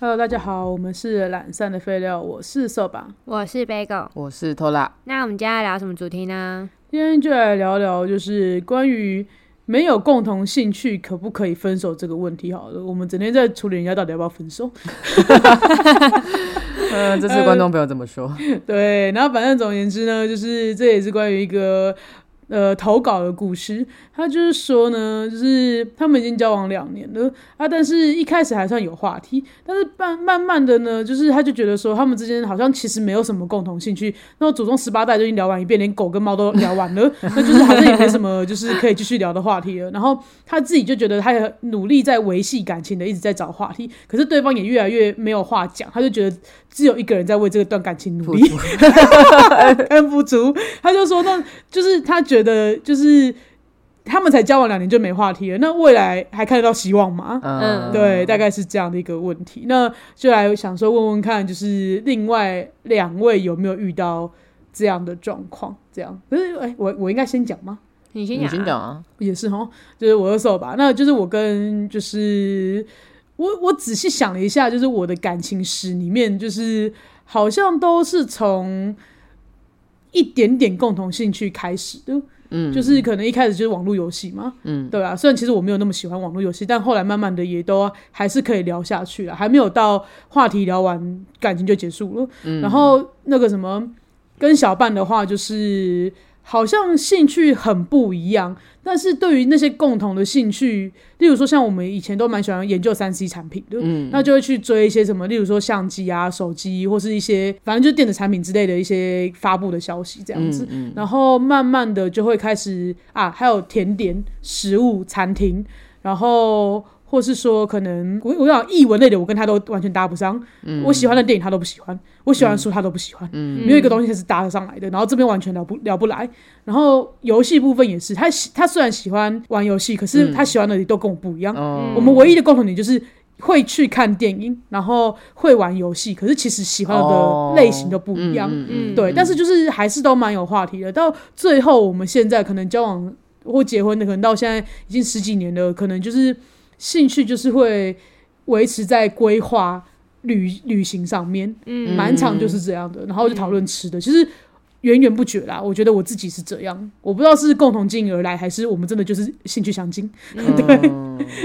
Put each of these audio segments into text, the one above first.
Hello，大家好，我们是懒散的废料，我是瘦吧。我是 Bagel。我是拖拉，那我们今天要聊什么主题呢？今天就来聊聊，就是关于没有共同兴趣可不可以分手这个问题。好了，我们整天在处理人家到底要不要分手。嗯，这次观众朋友怎么说？ 对，然后反正总而言之呢，就是这也是关于一个呃投稿的故事。他就是说呢，就是他们已经交往两年了啊，但是一开始还算有话题，但是慢慢慢的呢，就是他就觉得说他们之间好像其实没有什么共同兴趣。那我祖宗十八代就已经聊完一遍，连狗跟猫都聊完了，那就是好像也没什么就是可以继续聊的话题了。然后他自己就觉得他也努力在维系感情的，一直在找话题，可是对方也越来越没有话讲，他就觉得只有一个人在为这段感情努力。付出跟不足，他就说，那就是他觉得就是他们才交往两年就没话题了，那未来还看得到希望吗？嗯对，大概是这样的一个问题。那就来想说问问看，就是另外两位有没有遇到这样的状况？这样，可是哎、我我应该先讲吗？你先你讲、先讲。啊，也是哈，就是我二手吧。那就是我跟就是我我仔细想了一下，就是我的感情史里面，就是好像都是从一点点共同兴趣开始的，嗯，就是可能一开始就是网络游戏嘛，嗯，对啊。虽然其实我没有那么喜欢网络游戏，但后来慢慢的也都还是可以聊下去了，还没有到话题聊完感情就结束了。嗯然后那个什么，跟小伴的话，就是好像兴趣很不一样，但是对于那些共同的兴趣，例如说像我们以前都蛮喜欢研究三 C 产品的，嗯那就会去追一些什么，例如说相机啊、手机或是一些反正就是电子产品之类的一些发布的消息这样子。嗯然后慢慢的就会开始啊，还有甜点、食物、餐厅，然后或是说可能我我想译文类的，我跟他都完全搭不上。我喜欢的电影他都不喜欢，我喜欢的书他都不喜欢，嗯没有一个东西是搭得上来的。然后这边完全聊不聊不来。然后游戏部分也是，他喜他虽然喜欢玩游戏，可是他喜欢的都跟我不一样。哦我们唯一的共同点就是。会去看电影，然后会玩游戏，可是其实喜欢的哦类型都不一样。嗯嗯对，但是就是还是都蛮有话题的。到最后，我们现在可能交往或结婚的，可能到现在已经十几年了，可能就是兴趣就是会维持在规划旅旅行上面，嗯蛮长就是这样的。然后就讨论吃的，其实源源不绝啦。我觉得我自己是这样，我不知道是共同经营而来，还是我们真的就是兴趣相近。嗯对，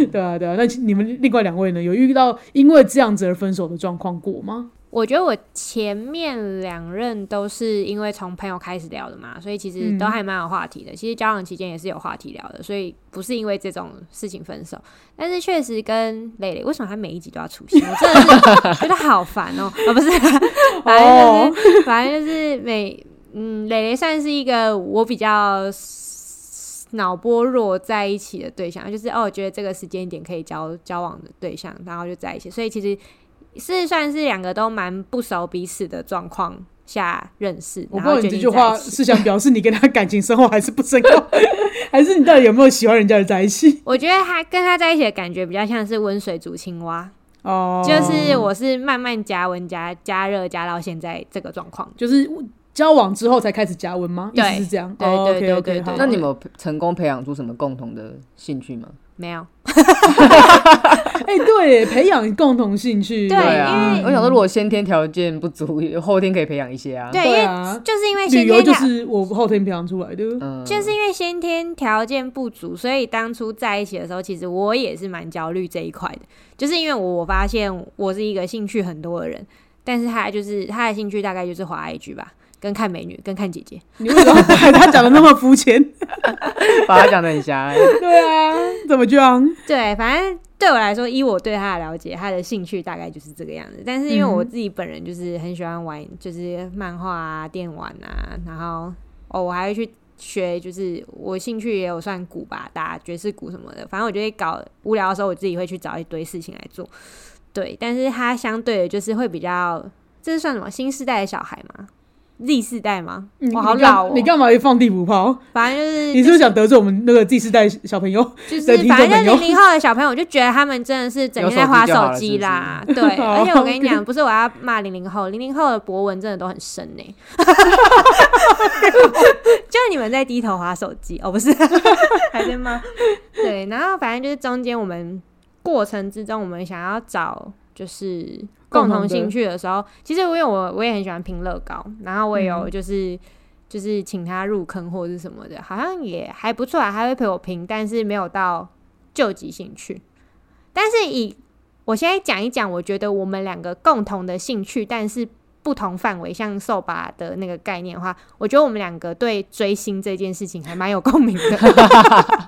对啊，对啊。那你们另外两位呢，有遇到因为这样子而分手的状况过吗？我觉得我前面两任都是因为从朋友开始聊的嘛，所以其实都还蛮有话题的。其实交往期间也是有话题聊的，所以不是因为这种事情分手。但是确实跟蕾蕾，为什么她每一集都要出现？我真的是觉得好烦哦、啊，不是，反正就是反正就是每嗯，蕾蕾算是一个我比较。脑波弱在一起的对象，就是哦，我觉得这个时间点可以交交往的对象，然后就在一起。所以其实是算是两个都蛮不熟彼此的状况下认识，我然不知道后你决这定句话在一起是想表示你跟他感情深厚还是不深厚， 还是你到底有没有喜欢人家的在一起？我觉得他跟他在一起的感觉比较像是温水煮青蛙，哦， 就是我是慢慢加温加加热加到现在这个状况。就是交往之后才开始加温吗？意对思是这样。对对对 o k 对 OK，好对。那你们有成功培养出什么共同的兴趣吗？没有，哎，对耶，培养共同兴趣。对啊因，为我想说，如果先天条件不足，后天可以培养一些啊。对，因对为啊就是因为旅先游天就条，是我后天培养出 来的。嗯，就是因为先天条件不足，所以当初在一起的时候，其实我也是蛮焦虑这一块的，就是因为我发现我是一个兴趣很多的人，但是他就是他的兴趣大概就是滑 IG 吧，跟看美女，跟看姐姐。你为什么把他讲的那么肤浅？ 把它讲的很狭隘。对啊，怎么这样？对，反正对我来说，依我对他的了解，他的兴趣大概就是这个样子。但是因为我嗯自己本人就是很喜欢玩，就是漫画啊、电玩啊，然后哦，我还会去学，就是我兴趣也有算鼓吧，打爵士鼓什么的。反正我就会搞无聊的时候，我自己会去找一堆事情来做。对，但是他相对的就是会比较，这是算什么新时代的小孩吗？Z 世代吗？嗯我好老哦、你干嘛一放地图炮？反正就是你是不是想得罪我们那个第四代小朋友？ 就的是听众反正朋就友零零后的小朋友，我就觉得他们真的是整天在划手机 啦。对，好而且我跟你讲，不是我要骂零零后，零零后的博文真的都很深呢、 就你们在低头划手机哦，不是，还在骂。对，然后反正就是中间我们过程之中，我们想要找就是共共同的同兴趣的时候，其实因为我我也很喜欢拼乐高，然后我也有就是、就是请他入坑或者是什么的，好像也还不错啊，还会陪我拼，但是没有到救急兴趣。但是以我现在讲一讲，我觉得我们两个共同的兴趣，但是不同范围，像扫把的那个概念的话，我觉得我们两个对追星这件事情还蛮有共鸣的。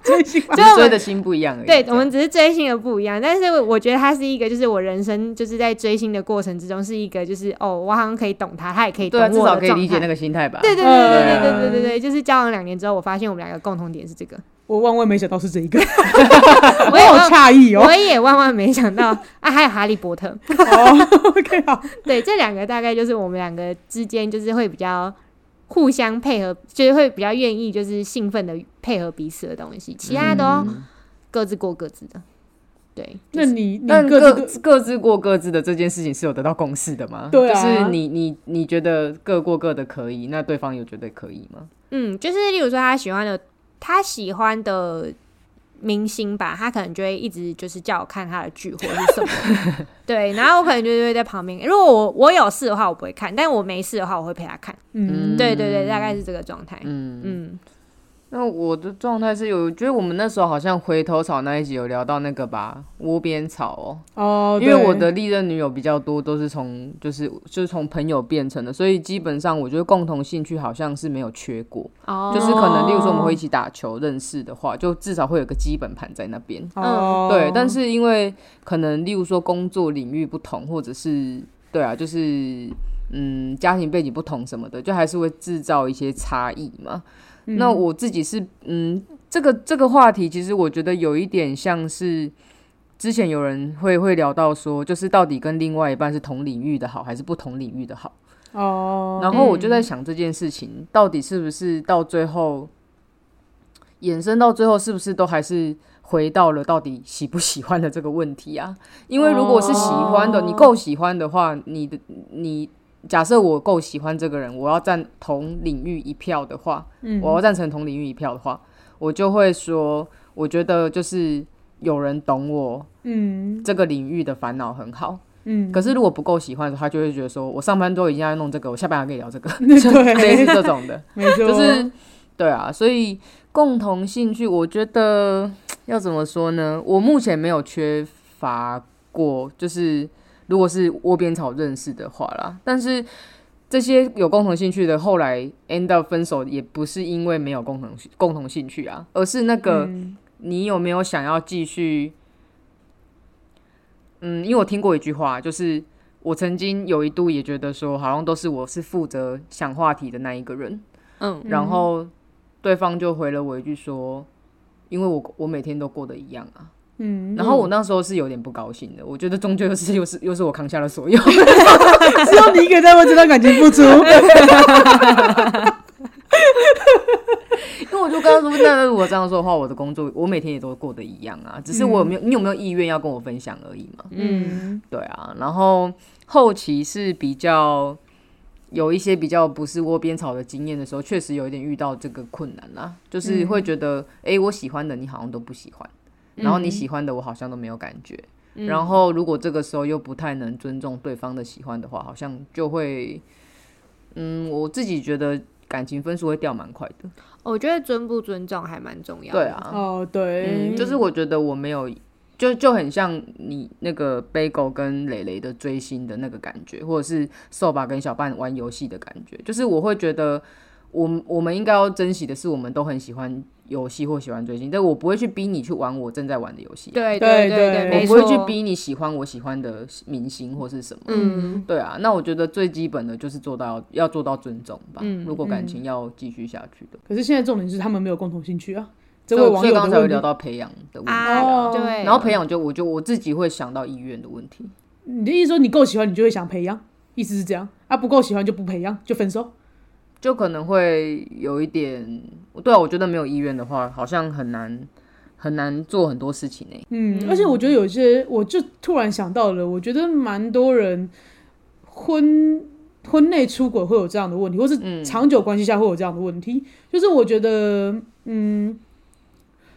最喜欢就我只是们追的心不一样而已。对，这我样们只是追星的不一样，但是我觉得他是一个，就是我人生就是在追星的过程之中，是一个就是哦，我好像可以懂他，他也可以懂对啊，我至少可以理解个。那个心态吧。对对对嗯对对对对对，就是交往两年之后，我发现我们两个共同点是这 个，我万万没想到是这一个，我我也好万诧异哦。我也万万没想到啊，还有哈利波特， 哦，OK，好， 对，这两个大概就是我们两个之间就是会比较互相配合，就是会比较愿意就是兴奋的配合彼此的东西，其他都嗯各自过各自的。对，就那是你你但各各自各自过各自的这件事情是有得到共识的吗？对啊就是你你你觉得各过各的可以，那对方有觉得可以吗？嗯，就是例如说他喜欢的，他喜欢的明星吧，他可能就会一直就是叫我看他的剧或者是什么， 对，然后我可能就会在旁边。如果我我有事的话，我不会看；但我没事的话，我会陪他看。嗯，对对对，大概是这个状态。嗯嗯那我的状态是有，我觉得我们那时候好像回头草那一集有聊到那个吧，窝边草哦，哦，因为我对的历任女友比较多，都是从就是就是从朋友变成的，所以基本上我觉得共同兴趣好像是没有缺过，哦就是可能例如说我们会一起打球，认识的话，就至少会有个基本盘在那边。哦，嗯对，但是因为可能例如说工作领域不同，或者是对啊，就是嗯家庭背景不同什么的，就还是会制造一些差异嘛。那我自己是嗯，这个这个话题其实我觉得有一点像是。之前有人会会聊到说，就是到底跟另外一半是同领域的好，还是不同领域的好？哦，然后我就在想这件事情、到底是不是到最后衍生到最后，是不是都还是回到了到底喜不喜欢的这个问题啊？因为如果是喜欢的，你哦够喜欢的话，你的你假设我够喜欢这个人，我要占同领域一票的话，嗯我要赞成同领域一票的话，我就会说，我觉得就是有人懂我嗯这个领域的烦恼很好。嗯，可是如果不够喜欢的时候，他就会觉得说，我上班都已经要弄这个，我下班还可以聊这个， 就类似对，这种的，没错，嗯 就是对啊，所以共同兴趣，我觉得要怎么说呢？我目前没有缺乏过，就是如果是窝边草认识的话啦，但是。这些有共同兴趣的，后来 end up 分手也不是因为没有共同共同兴趣啊，而是那个、嗯你有没有想要继续？嗯，因为我听过一句话，就是我曾经有一度也觉得说，好像都是我是负责想话题的那一个人，嗯然后对方就回了我一句说，因为我我每天都过得一样啊。嗯，然后我那时候是有点不高兴的，我觉得终究又是又是又是我扛下了所有， 只有你一个人在为这段感情付出，因为我就跟他说，那如果这样说的话，我的工作我每天也都过得一样啊，只是我有没有、你有没有意愿要跟我分享而已嘛。嗯，对啊，然后后期是比较有一些比较不是窝边草的经验的时候，确实有一点遇到这个困难啦，就是会觉得，哎、我喜欢的你好像都不喜欢，然后你喜欢的我好像都没有感觉，然后如果这个时候又不太能尊重对方的喜欢的话，好像就会，嗯，我自己觉得感情分数会掉蛮快的，我觉得尊不尊重还蛮重要的。对啊，哦，对嗯，，就是我觉得我没有，就就很像你那个 Bagel 跟蕾蕾的追星的那个感觉，或者是扫把跟小半玩游戏的感觉，就是我会觉得我们我们应该要珍惜的是，我们都很喜欢游戏或喜欢追星，但我不会去逼你去玩我正在玩的游戏啊，对对对对没我不错。会去逼你喜欢我喜欢的明星或是什么。嗯，对啊，那我觉得最基本的就是做到要做到尊重吧。嗯如果感情要继续下去的，可是现在重点是他们没有共同兴趣啊，这所以位网所以友刚才的有问聊题，到培养的问题啊啊哦对，然后培养就我就我自己会想到意愿的问题，你的意思说你够喜欢，你就会想培养，意思是这样啊，不够喜欢就不培养，就分手。就可能会有一点，对啊，我觉得没有意愿的话，好像很难很难做很多事情欸呢、嗯，而且我觉得有些，我就突然想到了，我觉得蛮多人婚婚内出轨会有这样的问题，或是长久关系下会有这样的问题。就是我觉得，嗯，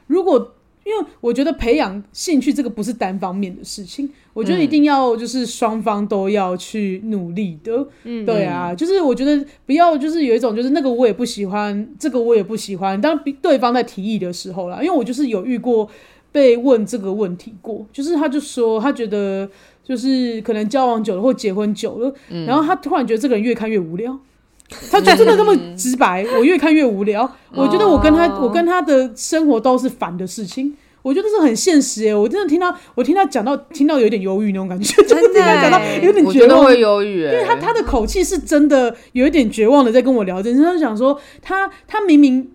如果因为我觉得培养兴趣这个不是单方面的事情，嗯我觉得一定要就是双方都要去努力的。嗯对啊，就是我觉得不要就是有一种就是那个我也不喜欢，这个我也不喜欢。当比对方在提议的时候啦，因为我就是有遇过被问这个问题过，就是他就说他觉得就是可能交往久了或结婚久了，嗯然后他突然觉得这个人越看越无聊。 他就真的那么直白，我越看越无聊。我觉得我跟他，哦我跟他的生活都是反的事情。我觉得是很现实耶、我真的听到，我听他讲到，听到有点忧郁那种感觉， 就是听他讲到真的耶有点我绝觉得望会忧郁、欸，因为他他的口气是真的有一点绝望的在跟我聊这件事，他就想说他他明明。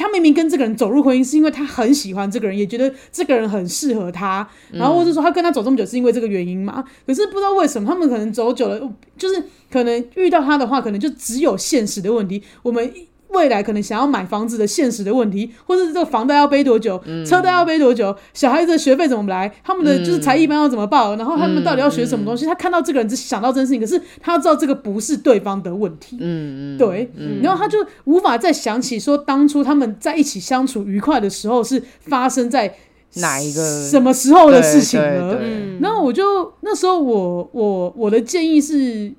他明明跟这个人走入婚姻，是因为他很喜欢这个人，也觉得这个人很适合他，然后或者说他跟他走这么久是因为这个原因嘛？可是不知道为什么，他们可能走久了，就是可能遇到他的话，可能就只有现实的问题。我们未来可能想要买房子的现实的问题，或是这个房贷要背多久，车贷要背多久，小孩子的学费怎么来，他们的就是才艺班要怎么报，然后他们到底要学嗯什么东西？他看到这个人只想到这件事情，可是他知道这个不是对方的问题，嗯嗯，对，然后他就无法再想起说当初他们在一起相处愉快的时候是发生在哪一个什么时候的事情对对了对。嗯然后我就那时候我我我的建议是，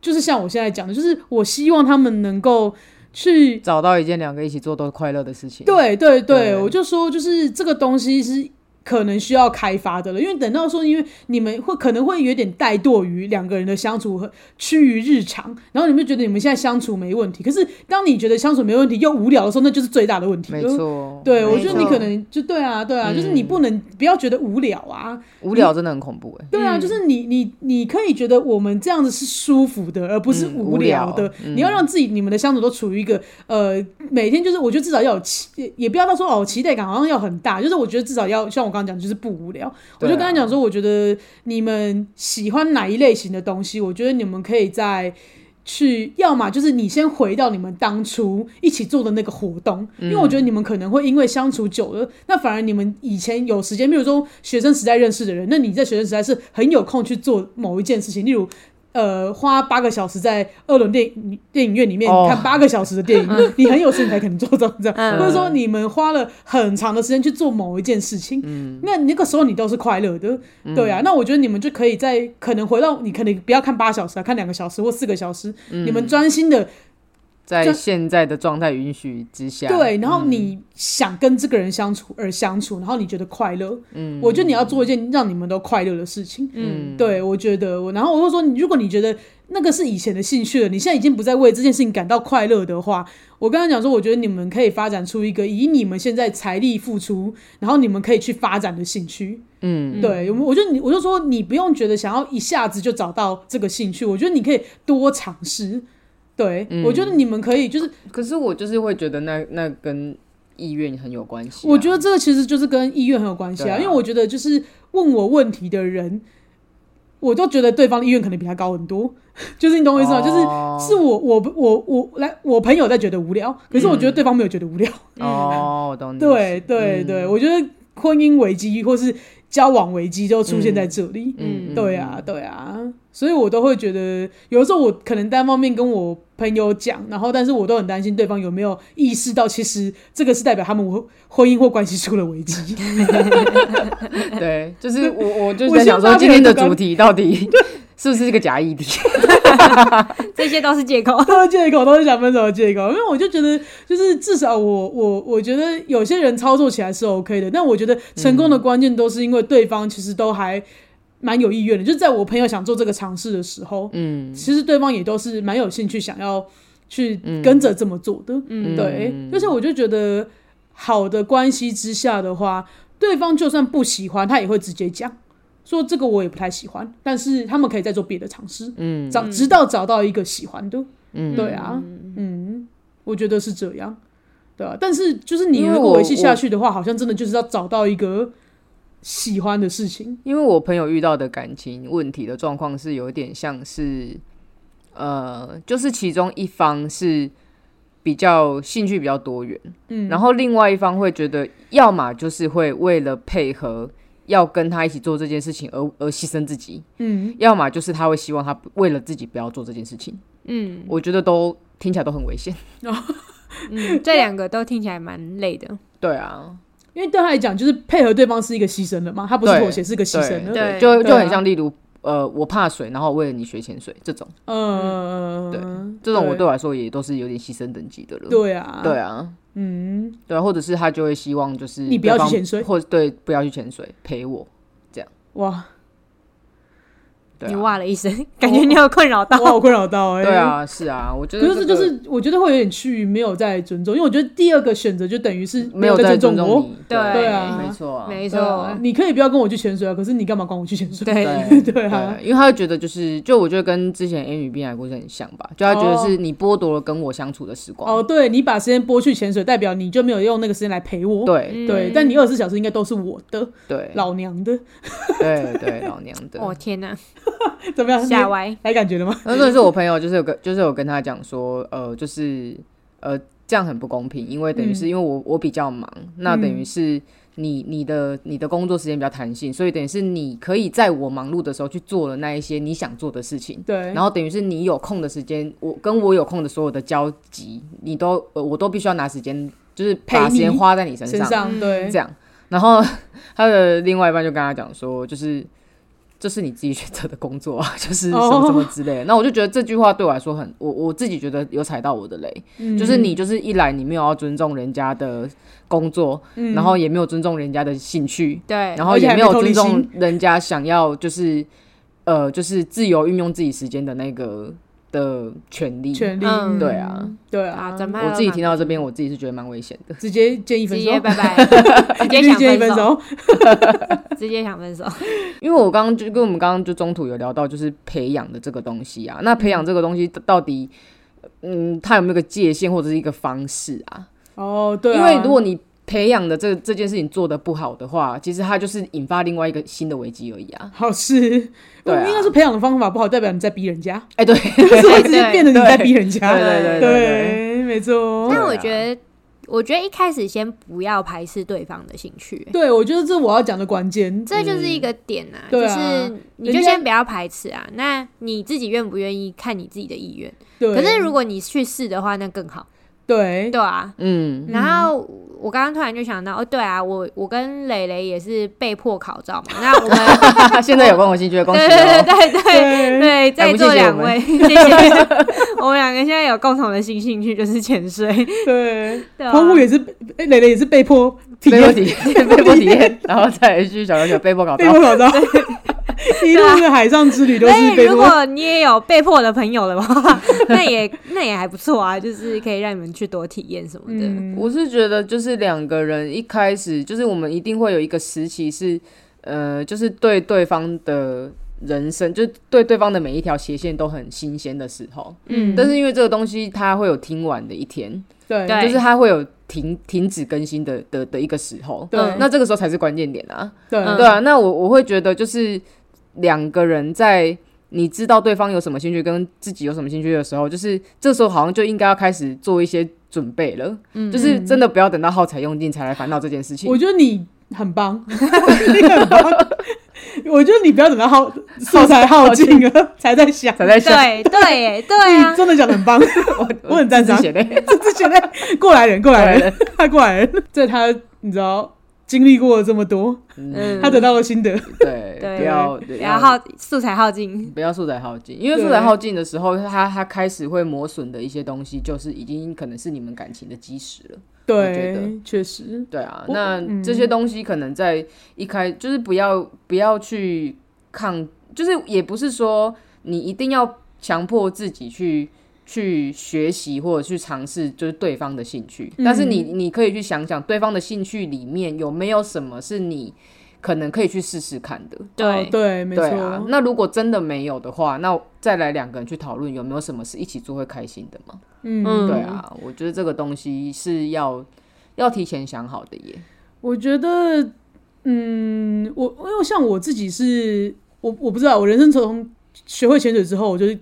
就是像我现在讲的，就是我希望他们能够去找到一件两个一起做都快乐的事情。，对对对，对我就说就是这个东西是。可能需要开发的了，因为等到说，因为你们会可能会有点怠惰于两个人的相处和趋于日常，然后你们就觉得你们现在相处没问题，可是当你觉得相处没问题又无聊的时候，那就是最大的问题了。没错。对我没觉得你错可能就对啊，对啊，就是你不能不要觉得无聊啊，无聊真的很恐怖哎、对啊，就是你你你可以觉得我们这样子是舒服的，而不是嗯无无聊聊的。你要让自己你们的相处都处于一个呃，每天就是我觉得至少要有期，也也不要到说哦期待感好像要很大，就是我觉得至少要像我刚刚讲，就是不无聊。我就对跟啊他讲说，我觉得你们喜欢哪一类型的东西，我觉得你们可以在。去，要么就是你先回到你们当初一起做的那个活动，因为我觉得你们可能会因为相处久了，那反而你们以前有时间，比如说学生时代认识的人，那你在学生时代是很有空去做某一件事情，例如。呃，花八个小时在二轮电影电影院里面哦看八个小时的电影，你很有时间才可能做到这样，嗯或者说你们花了很长的时间去做某一件事情，那那个时候你都是快乐的，对啊，那我觉得你们就可以在可能回到你可能不要看八小时啊，看两个小时或四个小时，你们专心的在就现在的状态允许之下，对，然后你想跟这个人相处而相处，然后你觉得快乐，嗯，我觉得你要做一件让你们都快乐的事情，嗯对我觉得我，然后我会说，你如果你觉得那个是以前的兴趣了，你现在已经不再为这件事情感到快乐的话，我刚刚讲说，我觉得你们可以发展出一个以你们现在财力付出，然后你们可以去发展的兴趣，嗯，对，我们我就你我就说你不用觉得想要一下子就找到这个兴趣，我觉得你可以多尝试。对，我觉得你们可以，就是嗯可是我就是会觉得那那跟意愿很有关系啊、我觉得这个其实就是跟意愿很有关系啊，对啊因为我觉得就是问我问题的人，我都觉得对方的意愿可能比他高很多， 就是你懂我意思吗？哦就是是我我我我来我朋友在觉得无聊，可是我嗯觉得对方没有觉得无聊。嗯哦，我懂你。，对对对，我觉得婚姻危机或是交往危机就出现在这里。嗯对啊，对啊，所以我都会觉得，有的时候我可能单方面跟我朋友讲，然后但是我都很担心对方有没有意识到，其实这个是代表他们婚婚姻或关系出了危机。 对，就是我我就我在先想说发今表天的一个主题 到底是不是一个假议题？ 这些都是借口。都是借口，都是想分手的借口。因为我就觉得，就是至少我我我觉得有些人操作起来是 OK 的，但我觉得成功的关键都是因为对方其实都还蛮有意愿的。就是在我朋友想做这个尝试的时候，嗯，其实对方也都是蛮有兴趣想要去跟着这么做的。嗯对，而且我就觉得好的关系之下的话，对方就算不喜欢，他也会直接讲。说这个我也不太喜欢，但是他们可以再做别的尝试，嗯找直到找到一个喜欢的。嗯对啊，嗯，我觉得是这样，对啊。但是就是你因为如果我维系下去的话，好像真的就是要找到一个喜欢的事情。因为我朋友遇到的感情问题的状况是有点像是，呃，就是其中一方是比较兴趣比较多元，嗯，然后另外一方会觉得，要么就是会为了配合要跟他一起做这件事情而而牺牲自己，嗯，要么就是他会希望他不为了自己不要做这件事情。嗯我觉得都听起来都很危险。嗯，这两个都听起来蛮累的。对啊，因为对他来讲，就是配合对方是一个牺牲了嘛，他不是对妥协，是个牺牲了。对就对就啊很像，例如呃，我怕水，然后为了你学潜水这种，嗯，这种我对我来说也都是有点牺牲等级的了。对啊，对啊，嗯，对啊，或者是他就会希望就是你不要对方去潜水或对不要去潜水，陪我。哇，对你啊，哇了一声，感觉你有困扰到。我好困扰到哎。 对，啊，是啊，我觉得可是这个就是我觉得会有点趋于没有在尊重，因为我觉得第二个选择就等于是没有在在尊重我。你。对对啊没错啊，没对啊错，你可以不要跟我去潜水啊，可是你干嘛管我去潜水？对，对对啊对，因为他会觉得就是，就我觉得跟之前 A 女 B 来故事很像吧，就他觉得哦是你剥夺了跟我相处的时光。哦，对你把时间拨去潜水，代表你就没有用那个时间来陪我。对对，嗯但你二十四小时应该都是我的，对嗯老娘的，对对，老娘的。哦天哪，怎么样？吓歪！来感觉了吗？然后这是我朋友，就是有跟，就是有跟他讲说，呃，就是呃，这样很不公平，因为等于嗯是因为我我比较忙，那等于是你你的你的工作时间比较弹性，所以等于是你可以在我忙碌的时候去做了那一些你想做的事情。 对，然后等于是你有空的时间，我跟我有空的所有的交集，你都呃我都必须要拿时间，就是陪把时间你花在你身身上，嗯上对这，样。然后他的另外一半就跟他讲说，就是这是你自己选择的工作啊，就是什哦么什么之类的。那我就觉得这句话对我来说很，我我自己觉得有踩到我的雷，嗯就是你就是一来你没有要尊重人家的工作，然后也没有尊重人家的兴趣，对，然后嗯而且也还没没有同理尊重心人家想要就是呃就是自由运用自己时间的那个的权利。权利，嗯对啊，对啊，啊，怎么我自己听到这边，我自己是觉得蛮危险的。直接建议分直手 接，拜拜，直接直想接分手，手，直接想分手。因为我刚刚就跟我们刚刚就中途有聊到，就是培养的这个东西啊，那培养这个东西到底，嗯，它有没有个界限或者是一个方式啊？ 哦，对啊，因为如果你培养的这这件事情做的不好的话，其实它就是引发另外一个新的危机而已啊。好事，我 对啊应该是培养的方法不好，代表你在逼人 家， 哎、对，就是会直接变成你在逼人对家，对对对，对，没错对。但啊我觉得，我觉得一开始先不要排斥对方的兴趣，对，我觉得这我要讲的关键，这就是一个点啊，对就啊是你就人家先不要排斥啊。那你自己愿不愿意，看你自己的意愿。对，可是如果你去试的话，那更好，对对啊。 嗯， 然后我刚刚突然就想到，哦，对啊，我我跟蕾蕾也是被迫考照嘛。那我们现在有关我兴趣的恭喜 对哦对。对对对对，对，在不座谢谢我两们位，谢谢。 我们两个现在有共同的新兴趣，就是潜水。对，对啊澎湖也是，哎，蕾蕾也是被迫体被验迫体 验，被迫体验，然后再去小琉球被迫搞被到啊哎迫，考照， 一路的海上之旅都所是以被哎如迫。果你也有被迫的朋友的话， 那也那也还不错啊，就是可以让你们去多体验什么的。嗯我是觉得，就是两个人一开始，就是我们一定会有一个时期是，呃，就是对对方的人生，就是对对方的每一条斜线都很新鲜的时候。嗯但是因为这个东西，它会有听完的一天，对对就是它会有停停止更新的的的一个时候。对那这个时候才是关键点啊。对嗯对啊，那我我会觉得就是两个人在你知道对方有什么兴趣跟自己有什么兴趣的时候，就是这时候好像就应该要开始做一些准备了，就是真的不要等到耗材用尽才来烦恼这件事情我。觉得你很 棒， 你很棒。我觉得你不要等到耗耗材耗尽了才在想，才在想，对对耶对啊你，真的讲得很棒， 我我很赞赏 自己写的这是现在过来人，过来过来人，他过来人，这他你知道经历过了这么多，嗯，他得到了心得，对， 对不要哦不要耗素材耗尽，不要素材耗尽，因为素材耗尽的时候，它它开始会磨损的一些东西，就是已经可能是你们感情的基石了。我觉对得，确实，对啊，我嗯那这些东西可能在一开，就是不要不要去抗，就是也不是说你一定要强迫自己去去学习或者去尝试，就是对方的兴趣。嗯但是你你可以去想想，对方的兴趣里面有没有什么是你可能可以去试试看的。哦对对，没对啊错，，那如果真的没有的话，那再来两个人去讨论有没有什么是一起做会开心的嘛？嗯，对啊，我觉得这个东西是要要提前想好的耶。我觉得，嗯，我因为像我自己是，我我不知道，我人生从学会潜水之后，我就是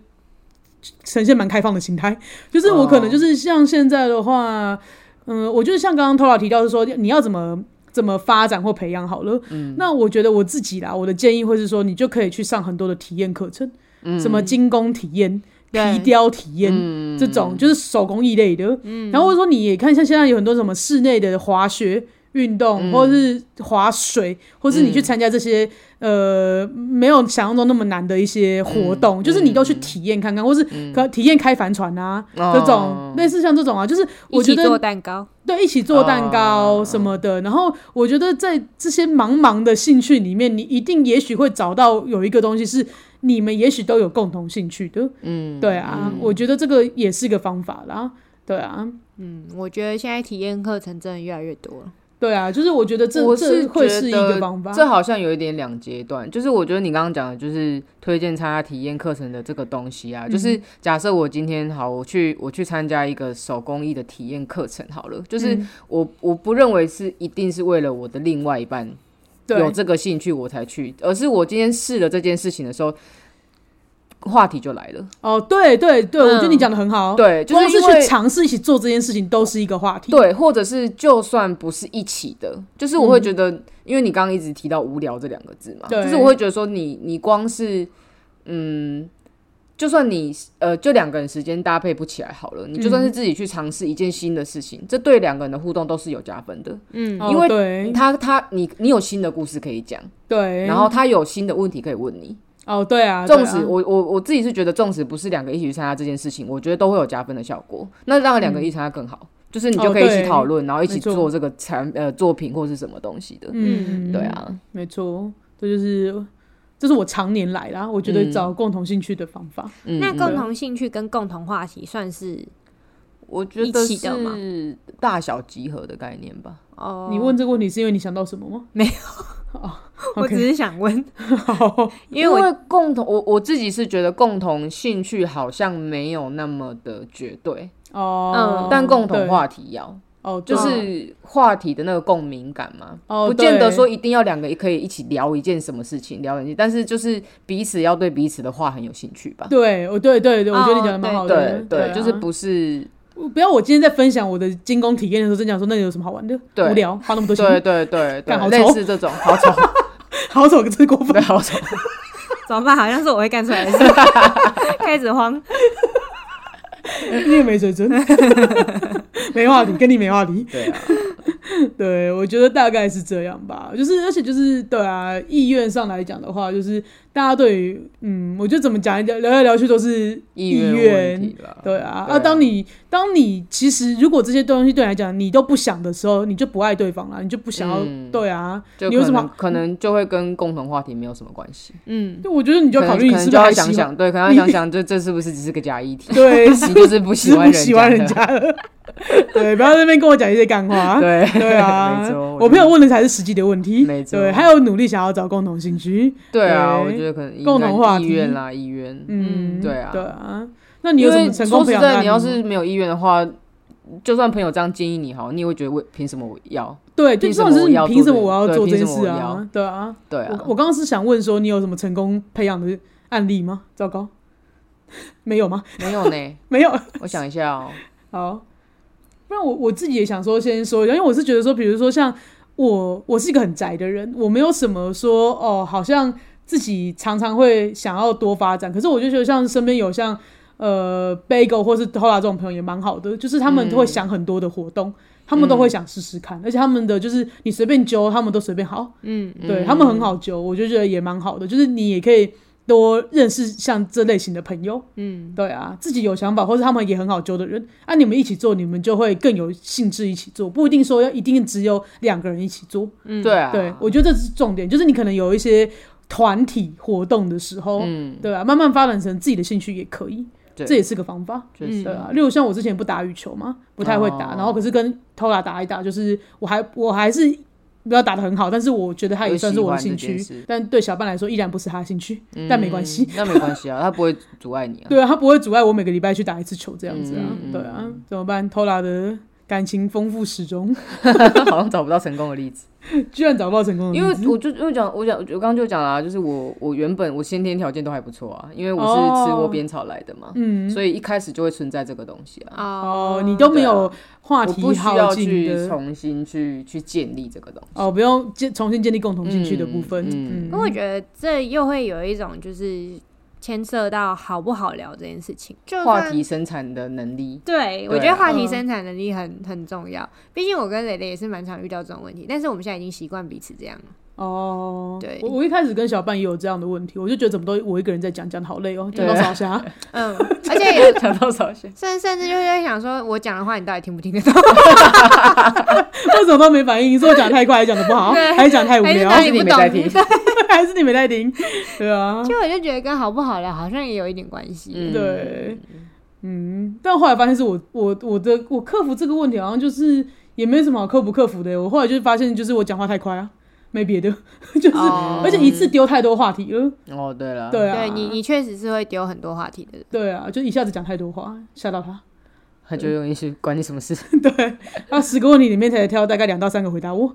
呈现蛮开放的心态，就是我可能哦就是像现在的话，嗯，我觉得像刚刚 Tora 提到是说你要怎么。怎么发展或培养好了？嗯那我觉得我自己啦，我的建议会是说，你就可以去上很多的体验课程，嗯什么精工体验、皮对雕体验、嗯这种，就是手工艺类的。然后或者说你也看，像现在有很多什么室内的滑雪，运嗯动，或是划水，或是你去参加这些、呃没有想象中那么难的一些活动，嗯就是你都去体验看看，或是可体验开帆船啊、哦这种类似像这种啊，就是一我觉起做得蛋糕，对一起做蛋哦糕什么的。然后我觉得在这些茫茫的兴趣里面，你一定也许会找到有一个东西是你们也许都有共同兴趣的。嗯，对啊，我觉得这个也是一个方法啦。对啊，嗯，我觉得现在体验课程真的越来越多了。对啊，就是我觉得这我这是会觉是一得个方法。这好像有一点两阶段，就是我觉得你刚刚讲的，就是推荐参加体验课程的这个东西嗯啊，就是假设我今天好，我去我去参加一个手工艺的体验课程好了，就是嗯我、我不认为是一定是为了我的另外一半对有这个兴趣我才去，而是我今天试了这件事情的时候，话题就来了。哦，对对对，我觉得你嗯讲的很好。，对，就哦光是因为去尝试一起做这件事情都是一个话题。对，或者是就算不是一起的，就是我会觉得，因为你刚刚一直提到“无聊”这两个字嘛，嗯对就是我会觉得说你，你光是嗯，就算你呃，就两个人时间搭配不起来好了，你嗯就算是自己去尝试一件新的事情，这对两个人的互动都是有加分的。嗯，哦，因为对他他你你有新的故事可以讲，对，然后他有新的问题可以问你。哦，对啊，对纵啊使我我我自己是觉得，纵使不是两个一起去参加这件事情，我觉得都会有加分的效果。那让两个一起参加更好，就是你就哦可以一起对讨论，然后一没起错做这个产呃作品或是什么东西的。嗯，对，啊，没错，这就是这是我常年来啦，我觉得嗯找共同兴趣的方法。嗯，那嗯共同兴趣跟共同话题算是我觉得一起的吗是大小集合的概念吧。哦，你问这个问题是因为你想到什么吗？ 没有哦，我只 OK，是想问，好，因为我共同，我我自己是觉得共同兴趣好像没有那么的绝对，哦，嗯但共同对话题要，哦，就对是话题的那个共鸣感嘛。哦，不见得对说一定要两个也可以一起聊一件什么事情，聊一件，但是就是彼此要对彼此的话很有兴趣吧。哦对，我对对对，我觉得你哦讲的蛮对好的对，啊就是不是，不要我今天在分享我的精工体验的时候，真讲说那个有什么好玩的，对无聊，花那么多对钱，对对干好对，丑类似这种好丑， 好丑，真过对分。好丑，怎么办？好像是我会干出来的事，开始慌。 你也没水 准， 没话题，跟你没话题。 对啊， 对，我觉得大概是这样吧。就是，而且就是，对啊，意愿上来讲的话，就是大家对于，嗯，我觉得怎么讲，聊聊来聊去都是意愿。愿问题啦，对啊，对啊，当你当你其实如果这些东西对你来讲你都不想的时候，你就不爱对方了，你就不想要、嗯对啊，就你为什可么能可能就会跟共同话题没有什么关系，嗯，我觉得你就可要能考虑你可是能不就是要还想喜欢，想，对，可能要想想这这是不是只是个假议 题，对，是你就是不喜欢不人喜欢人家家的， 对，不要在那边跟我讲一些干话。的， 对对啊 没错，我朋友问的才是实际的问题，没错对，还有努力想要找共同兴趣，对啊，对我觉得可能应该共同话题意愿啦，意愿，嗯，对啊对啊。那你因有什为么成功说培实养的案例？在，你要是没有意愿的话，就算朋友这样建议你好，你也会觉得为凭什么我要？对，就凭什这么种是我你要凭做什这么我要对做这凭件什么事我啊要？对啊，对我啊，我刚刚是想问说，你有什么成功培养的案例吗？糟糕，没有吗？没有呢。没有。我想一下哦、好，不然我我自己也想说，先说一下，因为我是觉得说，比如说像我，我是一个很宅的人，我没有什么说哦，好像自己常常会想要多发展，可是我就觉得像身边有像。呃，Bagel 或是 Tola 这种朋友也蛮好的，就是他们都会想很多的活动，他们都会想试试看，而且他们的就是你随便揪，他们都随便好，嗯，对他们很好揪，我就觉得也蛮好的，就是你也可以多认识像这类型的朋友，嗯，对啊，自己有想法或者他们也很好揪的人，啊，你们一起做，你们就会更有兴致一起做，不一定说要一定只有两个人一起做。嗯对啊，嗯对，我觉得这是重点，就是你可能有一些团体活动的时候，嗯，对啊，慢慢发展成自己的兴趣也可以，对这也是个方法。确实对啊，例如像我之前不打羽球嘛，不太会打，嗯哦然后可是跟偷打打一打，就是我还我还是没有打得很好，但是我觉得它也算是我的兴有喜欢趣这件事，但对小半来说依然不是他的兴趣，但没关系，嗯，那没关系啊，他不会阻碍你啊。对啊，他不会阻碍我每个礼拜去打一次球这样子啊，嗯对啊，怎么办？偷拉的感情丰富始终， 好像找不到成功的例子，居然找不到成功的因例为子，我就因为讲我讲我刚刚就讲啦、就是我我原本我先天条件都还不错啊，因为我是吃哦窝边草来的嘛，嗯，所以一开始就会存在这个东西啊。哦哦，，你都没有话哦我题不需要耗尽去的，重新去去建立这个东西。哦，不用建重新建立共同兴趣的部分，嗯嗯，因为我觉得这又会有一种就是牵涉到好不好聊这件事情。就话算题生产的能力，对，我对觉得话题嗯生产能力很很重要。毕竟我跟蕾蕾也是蛮常遇到这种问题，但是我们现在已经习惯彼此这样了。哦，对我我一开始跟小伴也有这样的问题，我就觉得怎么都我一个人在讲，讲得好累哦，讲到对烧瞎。嗯， 而且 讲到少些，甚甚至就是在想说，我讲的话你到底听不听得懂？ 为什么都没反应？你是我讲太快，还是讲的不好， 对还是讲太无还是聊哪，但里是不你没懂在听， 还是你没在听？对啊， 就我就觉得跟好不好聊好像也有一点关系。 嗯对，嗯，但后来发现是我我我的我克服这个问题，好像就是也没什么好克服克服的。我后来就是发现，就是我讲话太快啊，没别的， 就是、哦而且一次丢太多话题了。哦，对了，对啊对你，你确实是会丢很多话题的人。对啊，就一下子讲太多话，吓到他。他就用一些管你 什么事，对，他十个问题里面才挑大概两到三个回答 我，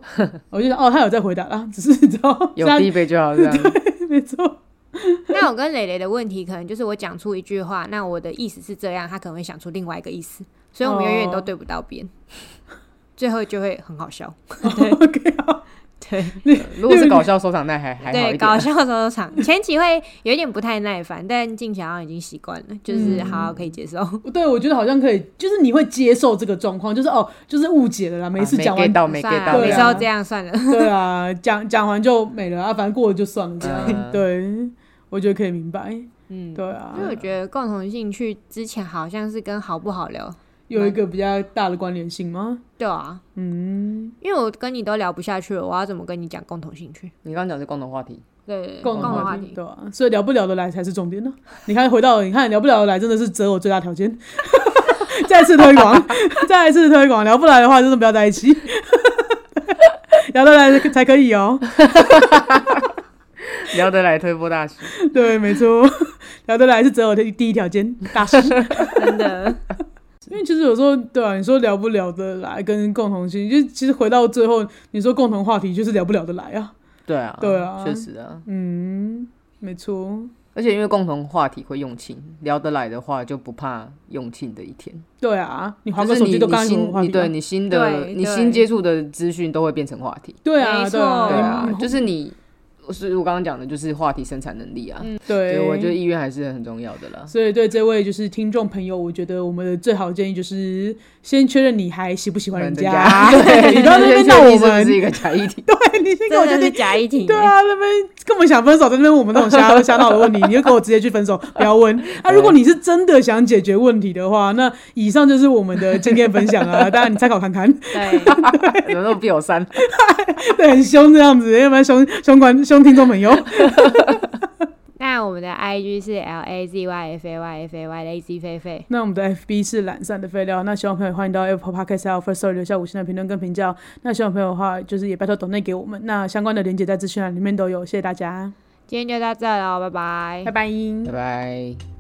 我就想哦，他有在回答啦，只 是你知道，这有第样一杯就好，这样，没 错，那我跟蕾蕾的问题可能就是我讲出一句话，那我的意思是这样，他可能会想出另外一个意思，所以我们永远都哦对不到边，最后就会很好笑。 OK 好。对如果是搞笑收场，那还还好对，一搞点。笑的时候场前期会有一点不太耐烦，但近期好像已经习惯了，就是好好可以接受。哦 对，我觉得好像可以，就是你会接受这个状况，就是哦，就是误解了啦，每啊次讲没完 get 到，没算 get 了，到，对每啊次都这样算了。 对啊，讲讲完就没了啊，反正过了就算了，这样、嗯对，我觉得可以明白，嗯，对啊因，为我觉得共同兴趣之前好像是跟好不好聊，有一个比较大的关联性吗？对啊，嗯，因为我跟你都聊不下去了，我要怎么跟你讲共同兴趣？你刚刚讲的是共同话题，对对，对共共同同话话题题。对啊，所以聊不聊得来才是重 点呢、你看，回到你看聊不聊得来，真的是择我最大条件。 再次推广， 再次推广，聊不来的话，真的不要在一起。 聊得来才可以哦。聊得来推波大师，对，没错， 聊得来是择偶的第一条件，大 师。 真的，因为其实有时候，对啊，你说聊不聊得来，跟共同性，就其实回到最后，你说共同话题就是聊不聊得来啊。对啊，对啊确实啊，嗯，没错，而且因为共同话题会用情，聊得来的话就不怕用情的一天，对啊，你划就个是手你机都你刚刚共同新话你题对啊。你新的对你对新接触的资讯都会变成话题，对啊，没对啊，错对啊哦，就是你，所以我刚刚讲的就是话题生产能力啊，所以嗯对，我觉得意愿还是很重要的啦。所以对这位就是听众朋友，我觉得我们的最好的建议就是先确认你还喜不喜欢人家， 对 你不要在那边闹我们是一个假议 题。对你先给我真确的是定。假议题。对啊，那边根本想分手，在那边我们那种瞎 瞎闹的问题，你就给我直接去分手，不要问。啊，如果你是真的想解决问题的话，那以上就是我们的经验分享啊， 当然你参考看看。 对，有那种必有三，对，很凶这样子，要不然凶凶观凶听众朋友。那我们的 IG 是 L A Z Y F A Y F A Y Lazy 菲菲。那我们的 FB 是懒散的废料，那希望朋友欢迎到 Apple Podcast 还有 First Story 留下五星的评论跟评价哦。那希望朋友的话，就是也拜托抖内给我们，那相关的链接在资讯栏里面都有，谢谢大家，今天就到这了哦，拜拜 拜。拜。拜拜。